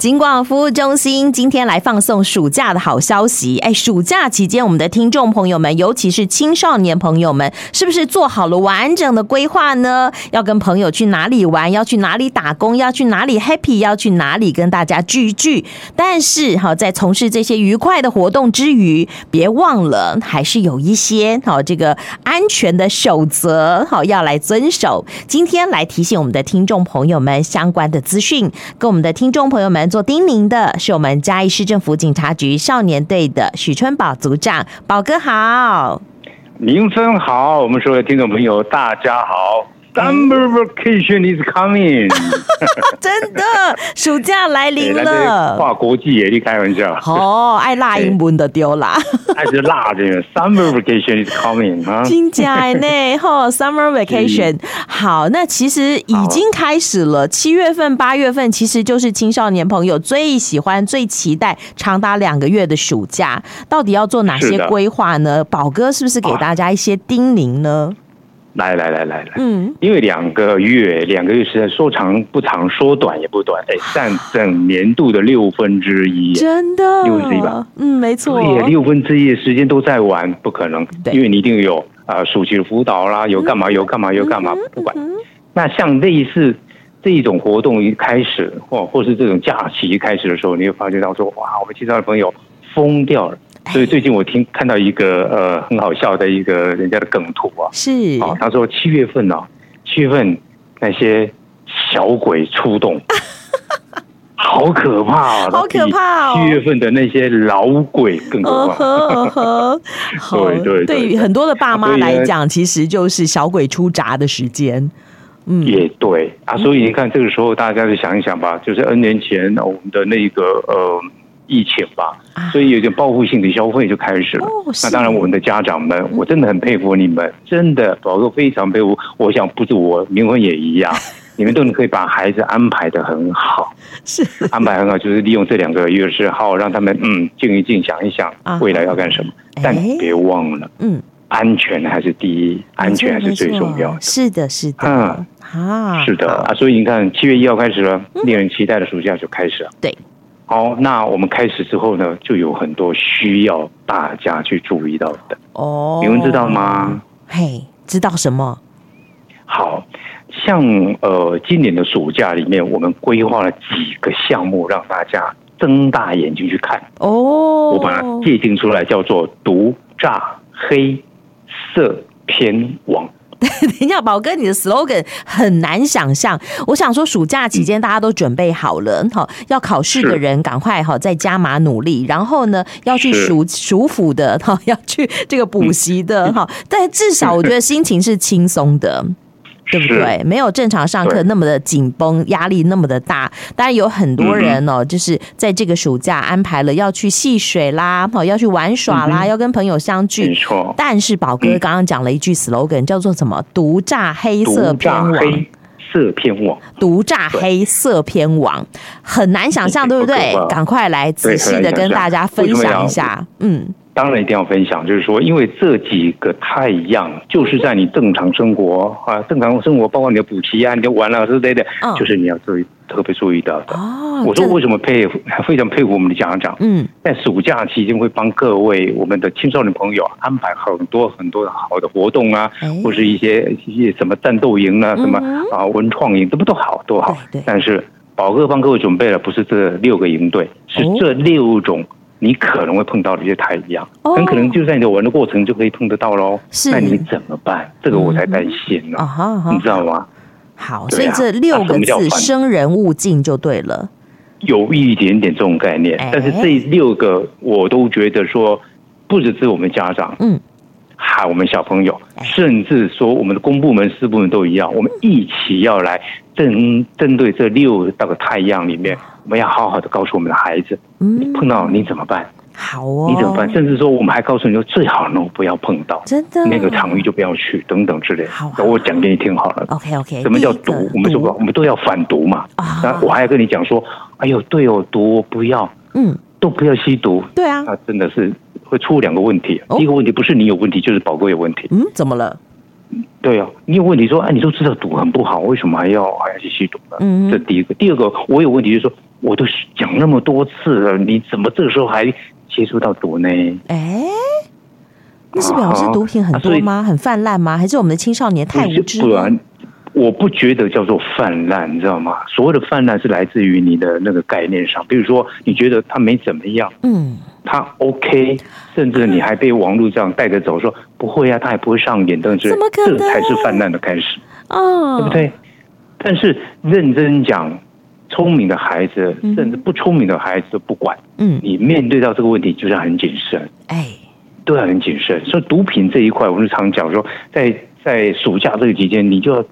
景广服务中心今天来放送暑假的好消息。哎，暑假期间，我们的听众朋友们，尤其是青少年朋友们，是不是做好了完整的规划呢？要跟朋友去哪里玩，要去哪里打工，要去哪里 happy，要去哪里跟大家聚一聚。但是哈，在从事这些愉快的活动之余，别忘了还是有一些好这个安全的守则好要来遵守。今天来提醒我们的听众朋友们相关的资讯，跟我们的听众朋友们。做叮咛的是我们嘉义市政府警察局少年队的许春宝组长，宝哥好，明春好，我们所有听众朋友大家好。Summer vacation is coming， 哎真的，暑假来临了。跨国际耶，你开玩笑。哦，爱辣英文的丢啦，爱是辣的。Summer vacation is coming 啊，真假呢？哎吼，Summer vacation，好，那其实已经开始了。七月份、八月份其实就是青少年朋友最喜欢、最期待长达两个月的暑假，到底要做哪些规划呢？宝哥是不是给大家一些叮咛呢？来来来来来，嗯，因为两个月，两个月实在说长不长，说短也不短，哎，占整年度的六分之一，真的六分之一吧？嗯，没错，对，六分之一的时间都在玩，不可能，因为你一定有啊，暑期辅导啦，有干嘛，有干嘛，有干嘛，不管。那像类似这一种活动一开始，或或是这种假期开始的时候，你会发觉到说，哇，我们青少年朋友疯掉了。所以最近我听看到一个呃很好笑的一个人家的梗图啊，是啊、哦，他说七月份啊，七月份那些小鬼出 动，好可怕啊，好可怕嗯哦！七月份的那些老鬼更呃可怕。 哦、对对对，于很多的爸妈来讲，其实就是小鬼出闸的时间。嗯，也对啊，所以你看这个时候大家就想一想吧，就是 N 年前我们的那个呃。疫情吧，所以有点报复性的消费就开始了。啊哦、那当然，我们的家长们，我真的很佩服你们，真的，宝哥非常佩服。我想不止我，明婚也一 样，你们都能可以把孩子安排的很好，是安排很好，就是利用这两个月是好，让他们嗯静一静，想一想未来要干什么。啊、哎但别忘了，嗯，安全还是第一，安全还是最重要的。是的，是的，嗯啊，是的啊，嗯所以你看，七月一号开始了，令人期待的暑假就开始了。对。好，那我们开始之后呢，就有很多需要大家去注意到的哦。你们知道吗？嘿，知道什么？好像呃，今年的暑假里面，我们规划了几个项目，让大家睁大眼睛去看哦。我 把它界定出来，叫做“毒诈黑色偏网”。等一下，宝哥，你的 slogan 很难想象。我想说，暑假期间大家都准备好了，好、嗯、要考试的人赶快哈再加码努力，然后呢要去暑暑府的哈要去这个补习的哈，嗯、但至少我觉得心情是轻松的。对不对？没有正常上课那么的紧绷，压力那么的大。当然有很多人哦，嗯、就是在这个暑假安排了要去戏水啦，哦，要去玩耍啦，嗯、要跟朋友相聚。没错。但是宝哥刚刚讲了一句 slogan，、嗯、叫做什么？毒炸黑色偏网。色偏网，毒炸黑色偏网，很难想象，对不对？赶快来仔细的跟大家分享一下。嗯，当然一定要分享，就是说，因为这几个太阳就是在你正常生活啊，正常生活包括你的补习啊、你的玩啊之类的，嗯、就是你要注意特别注意到的。哦，我说为什么佩服，非常佩服我们的家长。嗯，在暑假期间会帮各位我们的青少年朋友安排很多很多好的活动啊，哎、或是一些一些什么战斗营啊，什么、嗯、啊文创营，这不都好多好。对对但是宝哥帮各位准备了不是这六个营队，是这六种。你可能会碰到的一些太阳，哦、很可能就在你的玩的过程就可以碰得到喽。是，那你怎么办？这个我才担心呢、啊，嗯、你知道吗？好，啊、所以这六个字生人勿近就对了。有一点点这种概念，哎但是这六个我都觉得说，不只是我们家长，嗯，哎害我们小朋友，甚至说我们的公部门、私部门都一样，我们一起要来针针对这六道太阳里面。啊我们要好好的告诉我们的孩子，嗯、碰到你怎么办？好哦，你怎么办？甚至说，我们还告诉你说，最好呢不要碰到，真的那个场域就不要去，等等之类的。好、啊，我讲给你听好了。 OK OK，什么叫毒？我们说我们都要反毒嘛。啊，那我还要跟你讲说，哎呦，对哦，毒我不要，嗯，都不要吸毒。对啊，那真的是会出两个问题。哦第一个问题不是你有问题，就是宝哥有问题。嗯，怎么了？对啊，你有问题说，哎，你都知道赌很不好，为什么还要还要去吸毒呢？嗯，这第一个，第二个，我有问题就是说，我都讲那么多次了，你怎么这个时候还接触到毒呢？哎，那是表示毒品很多啊吗？很泛滥吗？还是我们的青少年太无知？不啊然，我不觉得叫做泛滥，你知道吗？所谓的泛滥是来自于你的那个概念上，比如说你觉得他没怎么样，嗯，他 OK，甚至你还被网络这样带着走，说不会啊，他也不会上瘾，但是怎么可这能才是泛滥的开始，哦，对不？对？但是认真讲，聪明的孩子，嗯甚至不聪明的孩子都不管。嗯，你面对到这个问题，就是很谨慎，哎，都要很谨慎。所以毒品这一块，我们常讲说，在在暑假这个期间，你就要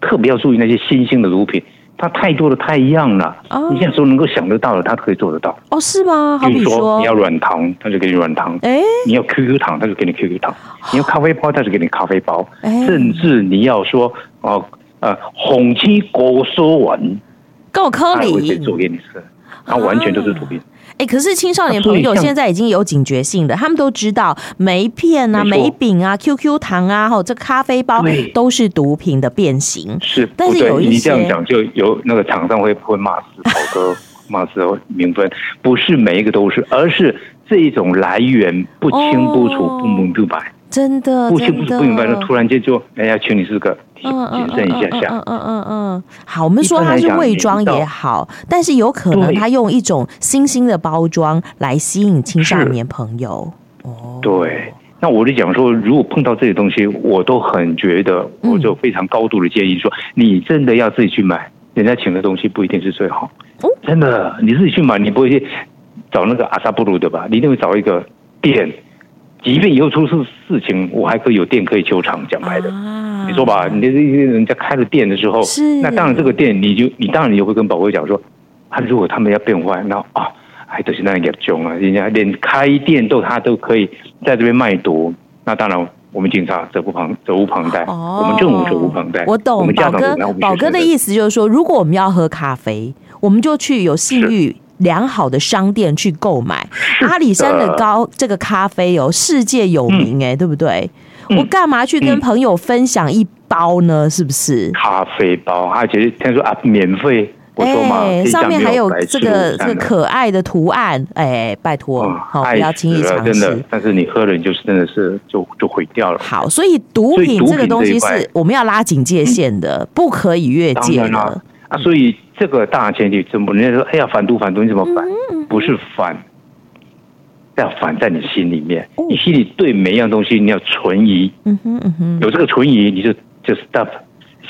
特别要注意那些新兴的毒品，它太多的太样了。哦你现在所能够想得到的，它可以做得到。哦，是吗？好比比如说你，要软糖，它就给你软糖；哎你要 QQ 糖，它就给你 QQ 糖；哦你要咖啡包，它就给你咖啡包。哎，甚至你要说哦呃红漆狗说丸，够它科还会再里。做给你吃，它完全都是毒品。哎、可是青少年啊所以朋友像现在已经有警觉性的，他们都知道梅片啊、没梅错饼啊、QQ 糖啊，还有这咖啡包对都是毒品的变形。是，不但是对有一你这些样讲，就有那个厂商会会骂死草 哥，骂死明芬，不是每一个都是，而是这一种来源不清不楚、哦不明不白，真的，不清不真的，楚、不明白，突然间就哎呀，请你是个谨谨慎一下嗯下，嗯嗯嗯，好，我们一说般它来是讲伪你装知道也好，但是有可能对它用一种新兴的包装来吸引青少是年朋友。哦，对。那我就讲说，如果碰到这些东西，我都很觉得，嗯我就非常高度的建议说，你真的要自己去买，人家请的东西不一定是最好哦。真的，你自己去买，你不会去找那个阿萨布鲁的吧？你一定会找一个店，即便以后出事事情，我还可以有店可以求偿。讲白的，啊你说吧，你这人家开了店的时候是，那当然这个店你就你当然你就会跟宝贵讲说，他如果他们要变坏，那啊，哎，都是那严重啊，人家连开店都他都可以在这边卖毒，那当然。我们警察责无旁责无旁贷，哦，我们政府责无旁贷，我我懂们宝家长哥责无旁贷我们，宝哥的思，意思就是说，如果我们要喝咖啡，我们就去有信誉良好的商店去购买。阿里山的高这个咖啡哦，世界有名哎、对不对？嗯我干嘛去跟嗯朋友分享一包呢？是不是？咖啡包，而且听说啊免费，我说嘛，哎这一上项面没还有白这吃个午这餐个的可爱的图案，哎，拜托，嗯好、不爱要死轻易了尝真的试。。但是你喝了，你就是真的是就就毁掉了。好，所以毒所以品毒这个品东这一西块嗯是我们要拉警戒线的，不可以越当界然啦的。嗯啊，所以这个大前提怎么？人家说，哎呀，反毒反毒，你怎么反？嗯不是反，要反在你心里面哦。你心里对每一样东西你要存疑，嗯哼嗯哼，有这个存疑，你就就 stop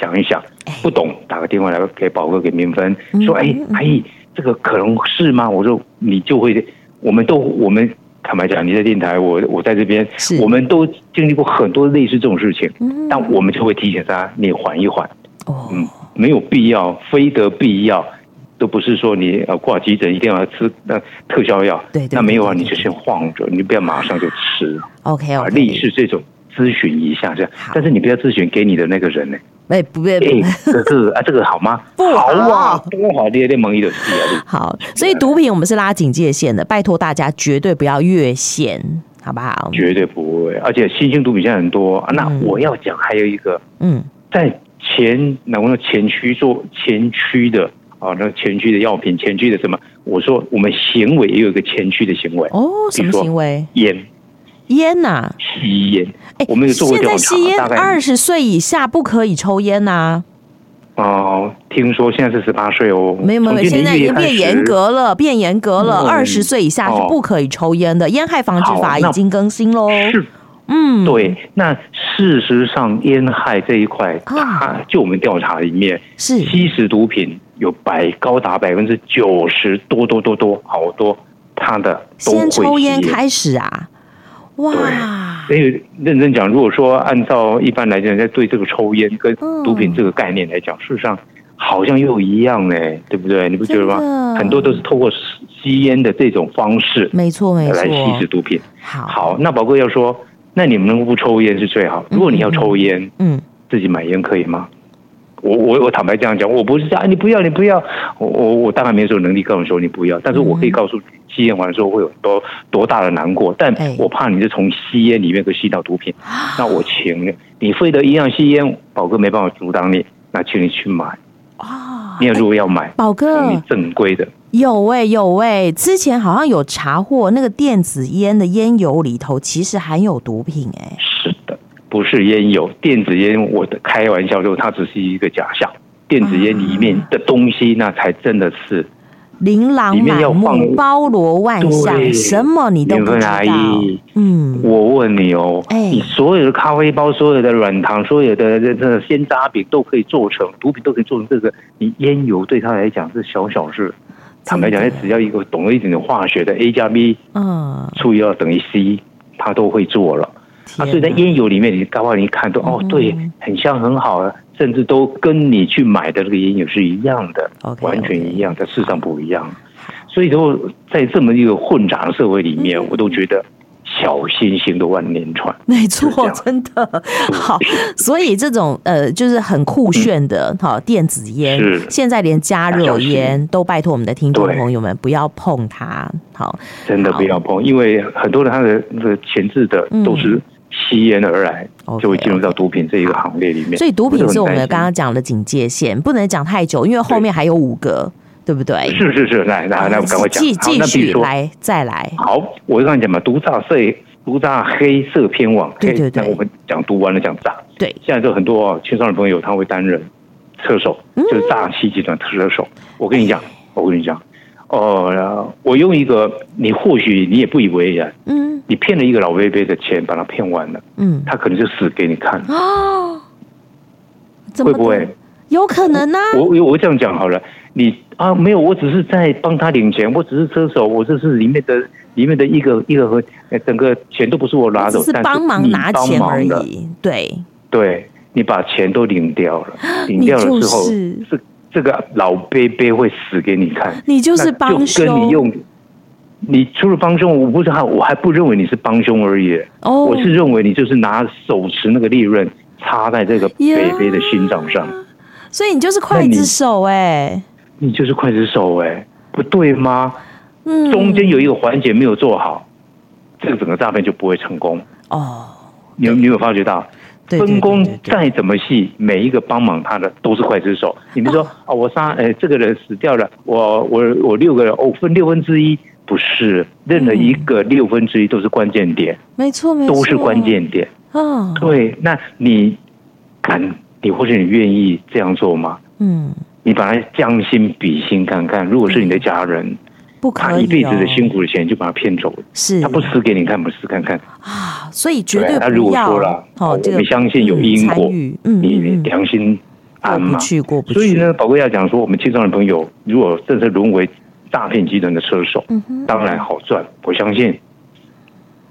想一想哎，不懂打个电话来给宝哥给明芬嗯说，哎嗯嗯阿姨，这个可能是吗？我说你就会，我们都我们坦白讲，你在电台，我我在这边是，我们都经历过很多类似这种事情，嗯但我们就会提醒他，你缓一缓，哦，嗯，没有必要，非得必要。都不是说你呃挂急诊一定要吃那呃特效药，对对那没有啊，对对你就先晃着，你不要马上就吃。 OK 啊， OK，类似这种咨询一下这样好，但是你不要咨询给你的那个人呢、哎，不不哎、这个啊，这个好吗？不好啊，中华烈烈盟一的事啊，好，所以毒品我们是拉警戒线的，拜托大家绝对不要越线，好不好？绝对不会。而且新兴毒品现在很多，啊、那嗯我要讲还有一个，嗯，在前那我说前区做前区的啊，那前区的药品，前区的什么？我说我们行为也有一个前区的行为，哦，什么行为？烟烟呐、吸烟。哎，我们有做过现在调吸烟查，大概二十岁以下不可以抽烟呐、哦、听说现在是十八岁哦，没有没有，从没有今现年在已1经开变严始格了，变严格了，嗯二十岁以下是哦不可以抽烟的，烟害防治好法已那经更新喽。是哦嗯，，对，那事实上，烟害这一块，啊它就我们调查里面，是吸食毒品有百高达百分之九十多多多多好多，它的都先会抽吸烟。开始啊，哇，所以认真讲，如果说按照一般来讲，在对这个抽烟跟嗯毒品这个概念来讲，事实上好像又一样呢，哎对不对？你不觉得真吗？的很多都是透过吸烟的这种方式没错没来吸错食，毒品。好，好，那宝哥要说，那你们不抽烟是最好。如果你要抽烟，嗯，自己买烟可以吗？我我我坦白这样讲，我不是这样，啊你不要你不要，我我我当然没有这种能力告诉说你不要，但是嗯我可以告诉你，吸烟完之后会有多多大的难过，但哎啊我怕你是从吸烟里面会吸到毒品，那我请你，你非得一样吸烟，宝哥没办法阻挡你，那请你去买，啊，哎嗯你也如果要买，宝哥，嗯你正规的，有喂、有喂、之前好像有查获那个电子烟的烟油里头其实含有毒品哎、是的，不是烟油，电子烟，我的开玩笑说它只是一个假象。电子烟里面的东西，那才真的是琳琅里面满要目，放包罗万象，对什么你都年不知份道而。已。嗯，我问你哦，哎你所有的咖啡包、所有的软糖、所有的这这鲜渣饼都可以做成毒品，都可以做成这个。你烟油对他来讲是小小事，坦白讲，他真的只要一个懂了一点点化学的 A 加 B 嗯，除以二等于 C，他都会做了。啊，所以在天哪烟油里面，你搞不好你看都哦嗯，对，很香很好啊，甚至都跟你去买的那个烟油是一样的 OK，完全一样，但事实上不一样。所以说，在这么一个混杂的社会里嗯面，我都觉得小心行得万年船。没是这错，样真的好。所以这种呃，就是很酷炫的哈、电子烟是，现在连加热要小心烟都拜托我们的听众对朋友们不要碰它。好，真的不要碰，因为很多人他的那个前置的嗯都是吸烟而来， OK，就会进入到毒品这一个行列里面。所以毒品都很是我们担心刚刚讲的警戒线，不能讲太久，因为后面还有五个，对不对？是是是，来来来，我赶快讲。继好，继那比如续说，来再来，好，我刚才讲嘛，毒炸色、毒炸黑色偏网，对黑对对那我们讲毒完了讲炸，对，现在就很多哦青少年朋友他会担任车手，嗯就是诈欺集团车手。我跟你哎讲，我跟你讲，哦、呃，我用一个你或许你也不以为然，嗯你骗了一个老贝贝的钱，把他骗完了，嗯他可能就死给你看，哦，怎么会不可会？有可能啊呢、我我我这样讲好了，你啊没有，我只是在帮他领钱，我只是车手，我这是里面的里面的一个一个和呃整个钱都不是我拿走，只是但帮忙你拿帮钱忙而了已，对，对你把钱都领掉了，领啊你掉了就之后，是这这个老贝贝会死给你看，你 就就是帮就跟你凶用。你除了帮凶，我不是还我还不认为你是帮凶而已，哦，我是认为你就是拿手持那个利润插在这个呀贝贝的心脏上。所以你就是刽那子你手哎、你就是刽子手哎、不对吗？嗯，中间有一个环节没有做好，这个整个诈骗就不会成功。哦，你有你有发觉到？对分工对对哦对对再怎么细，每一个帮忙他的都是刽子手。你们说啊、我杀呃这个人死掉了，我我我六个人，哦、分六分之一，不是任何一个六分之一都是关键点，没错没错，都是关键点。啊，对，那你敢，你或者你愿意这样做吗？嗯，你把它将心比心看看，如果是你的家人，不他可以、哦、一辈子的辛苦的钱就把他骗走了，是他不死给你看，不死看看。啊，所以绝对那如不果要说了，哦，这个我们相信有嗯因参果，与嗯你嗯嗯良心安过嘛不。去过不去，所以，呢，宝贵要讲说，我们青少年朋友如果真是沦为诈骗集团的车手，嗯哼，当然好赚，我相信。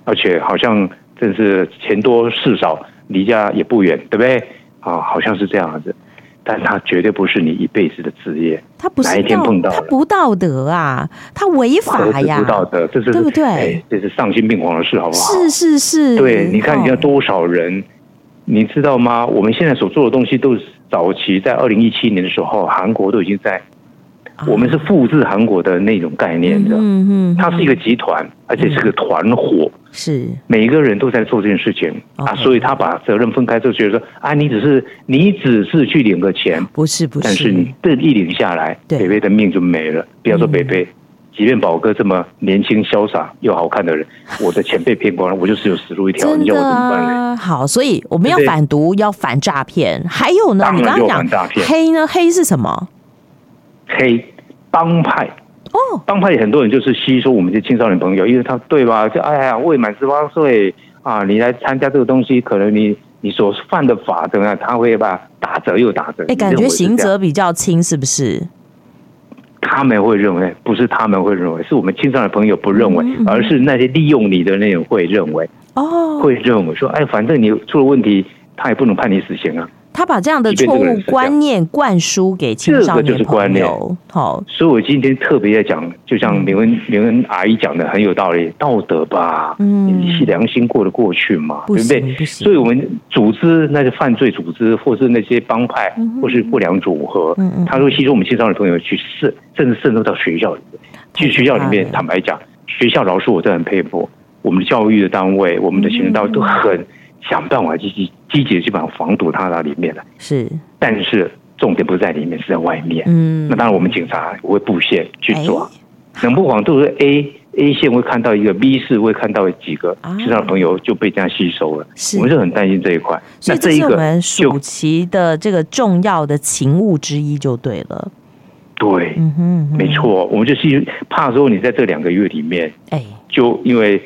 而且好像真是钱多事少，离家也不远，对不对？啊，好像是这样子，但他绝对不是你一辈子的职业，他不是哪一天道碰到他了不道德啊，他违何法止呀不，道德，这是对不对哎，这是丧心病狂的事，好不好？是是是，对，你看人家哦多少人，你知道吗？我们现在所做的东西都是早期在二零一七年的时候，韩国都已经在，我们是复制韩国的那种概念的。啊嗯嗯，它是一个个集团，而且是个团伙，是每一个人都在做这件事情啊， OK 所以他把责任分开，就觉得说啊，你只是你只是去领个钱，不是不但是你这一领下来，对北北的命就没了。不要说嗯北北，即便宝哥这么年轻、潇洒又好看的人，我的钱被骗光了，我就只有死路一条，真你叫我的怎么办呢？啊，好，所以我们要对不对反毒，要反诈骗，还有呢，当然你刚就刚要反讲诈骗黑呢，黑是什么？黑帮派。哦，帮派很多人就是吸收我们这青少年朋友，因为他对吧？就哎呀，未满十八岁啊，你来参加这个东西，可能你你所犯的法怎么样，他会把打折又打折。哎，你认感为觉是刑这样责比较轻，是不是？他们会认为，不是他们会认为，是我们青少年朋友不认为，嗯嗯嗯而是那些利用你的那种会认为，哦，会认为说，哎，反正你出了问题，他也不能判你死刑啊。他把这样的即便错这个人误是这样观念灌输给青这少个就年是观朋念友。好，所以我今天特别在讲，就嗯像明文明文阿姨讲的很有道理，道德吧，嗯你是良心过得过去嘛，不对不行对？不行所以我们组织那些犯罪组织，或是那些帮派，或是不良组合，嗯嗯他都吸收我们青少年朋友去渗，甚至渗透到学校里面。去学校里面，坦白讲，学校老师我真的很佩服，我们的教育的单位，我们的行政单位都嗯很想办法积极积极的去把它防堵它到里面来。是但是重点不是在里面，是在外面。嗯那当然，我们警察会布线去啊抓哎，能不往都是 A A 线会看到一个，B 市会看到几个啊，其他的朋友就被这样吸收了。是我们是很担心这一块。所那以这这一是我个们就暑期的这个重要的勤务之一，就对了。对，嗯哼嗯哼没，错，我们就是怕说你在这两个月里面，哎，就因为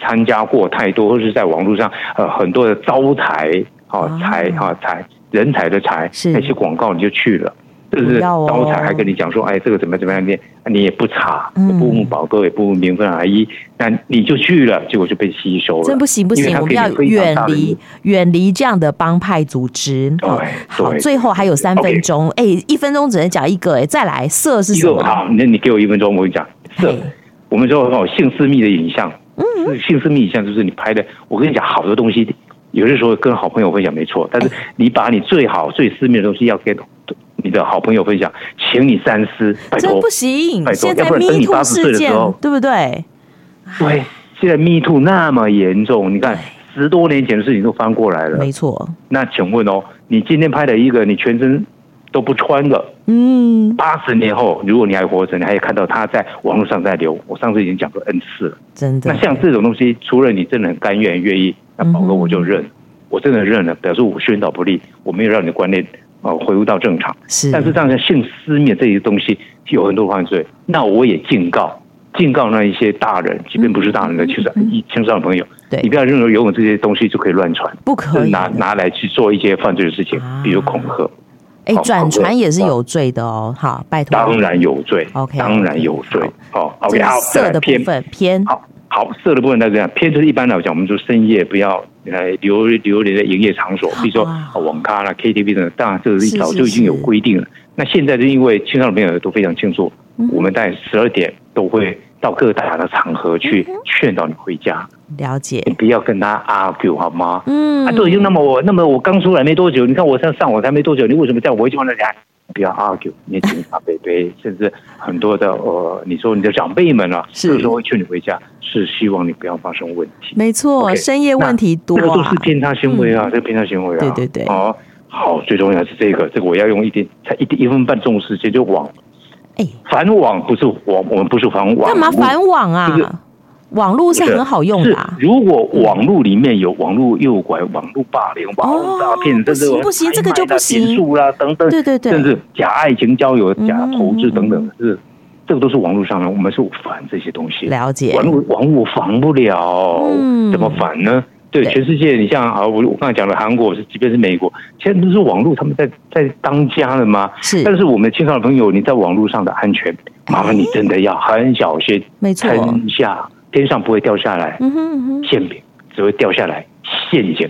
参加货太多，或是在网络上呃很多的招财啊啊财啊财人才的财是那些广告你就去了。就是不要哦招财还跟你讲说，哎，这个怎么怎么样念，你也不查，嗯也不问宝哥，也不问名分而已，那你就去了，结果就被吸收了。真不行不因为行，它我们给要你非常远大的离远离这样的帮派组织。对哦好，对最后还有三分钟，哎，一分钟只能讲一个，哎，再来色是一什个么？哎好，那你给我一分钟，我跟你讲，这啊嘿我们说哦，性私密的影像，嗯，性私密影像就是你拍的。我跟你讲，好的东西，有的时候跟好朋友分享没错，但是你把你最好、最私密的东西要跟你的好朋友分享，请你三思，拜这托不。行，拜托现在要不然 Me 等你 Too 80岁事的时件候对不对？对，现在 Me Too 那么严重，你看十多年前的事情都翻过来了没。错，那请问哦，你今天拍的一个你全身都不穿的，嗯，八十年后如果你还活着，你还看到它在网络上在流。我上次已经讲过 N 次了。真的那。像这种东西，除了你真的很甘愿愿意，那宝嗯哥哼我就认，我真的认了，表示我宣导不力，我没有让你的观念哦恢复到正常。是，但是这样的性私密这些东西有很多犯罪，那我也警告。警告那一些大人，即便不是大人的青嗯少一青少年朋友，对你不要认为拥有这些东西就可以乱传，不就可是啊以拿的拿来去做一些犯罪的事情啊，比如恐吓，哎，好转好传的也是有罪的哦。好，拜托。当然有罪 OK，当然有罪。好这，OK，个好，再来色的部偏分偏好好色的部分大家这样，偏就是一般来讲，我们说深夜不要来流流连在营业场所，比如说哇啊网咖啦、KTV 等等，当然这个一是早是就已经有是规定了。那现在是因为青少年朋友都非常清楚，嗯哼我们在十二点都会到各大的场合去嗯劝导你回家，了解你。不要跟他 argue 好吗？嗯哎啊，都已经那么我那么我刚出来没多久，你看我上上网才没多久，你为什么叫我回去往那里来？不要 argue，你啊的警察北北，甚至很多的呃，你说你的长辈们啊，是有时候会劝你回家，是希望你不要发生问题。没错， OK，深夜问题多这个都啊是。偏差行为啊，这个偏差行为啊。对对对哦，好，最重要的是这个，这个我要用一点才一点一分半钟时间就网哎，反网，不是网，我们不是反网，干嘛反网就是啊？网络是不是很好用是的啊，。如果网络里面有网络诱拐、网络霸凌、网络诈骗，哦不行甚至有不行买卖这个就不啦行点数啦等等，对对对甚至假爱情交友、假投嗯资嗯等等，是这个都是网络上的，我们是反这些东西。了解网。络网络防不了，嗯怎么反呢？对，对全世界，你像啊，我我刚才讲的韩国，是即便是美国，现在都是网络他们在在当家了吗？是但是我们青少年朋友，你在网络上的安全，麻烦你真的要很小心，没错撑一下，天上不会掉下来，嗯哼嗯哼，馅饼只会掉下来陷阱。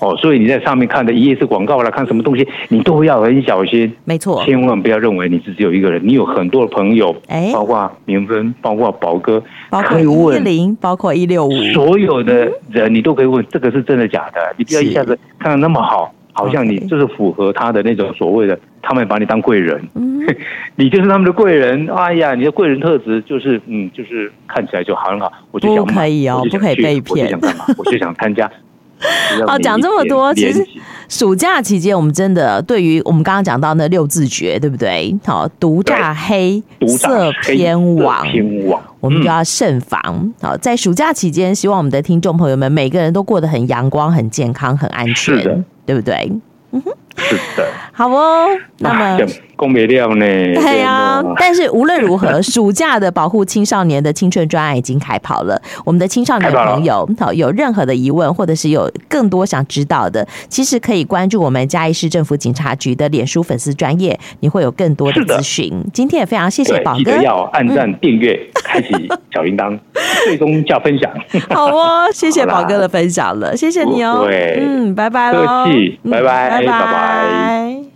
哦，所以你在上面看的一页是广告啦，看什么东西，你都要很小心，没错，千万不要认为你只只有一个人，你有很多的朋友，哎包括明芬，包括宝哥，包括可以一问零，包括一六五，所有的人，你都可以问这个是真的假的，你不要是一下子看的那么好，好像你嗯哦 OK 就是符合他的那种所谓的，他们把你当贵人，嗯，你就是他们的贵人。哎呀，你的贵人特质就是，嗯，就是看起来就很好，我就想买不可以哦我就想不可以被去骗我就 想干嘛？我就想参加。哦讲这么多连其实连暑假期间，我们真的对于我们刚刚讲到那六字诀，对不对？好，毒炸黑、毒打色黑偏网色。偏网，我们嗯就要慎防。好，在暑假期间，希望我们的听众朋友们每个人都过得很阳光、很健康、很安是的全，对不对？是的。好哦，那么啊这公没料呢？对啊呀、哦但是无论如何， 暑假的保护青少年的青春专案已经开跑了。我们的青少年朋友，好有任何的疑问，或者是有更多想知道的，其实可以关注我们嘉义市政府警察局的脸书粉丝专业，你会有更多的是的资讯。今天也非常谢谢对宝记哥嗯得，要按赞、订阅、开启小铃铛，最终加分享。 好哦，谢谢好啦宝哥的分享了，谢谢你哦不会，嗯，拜拜喽，客气嗯拜拜拜拜拜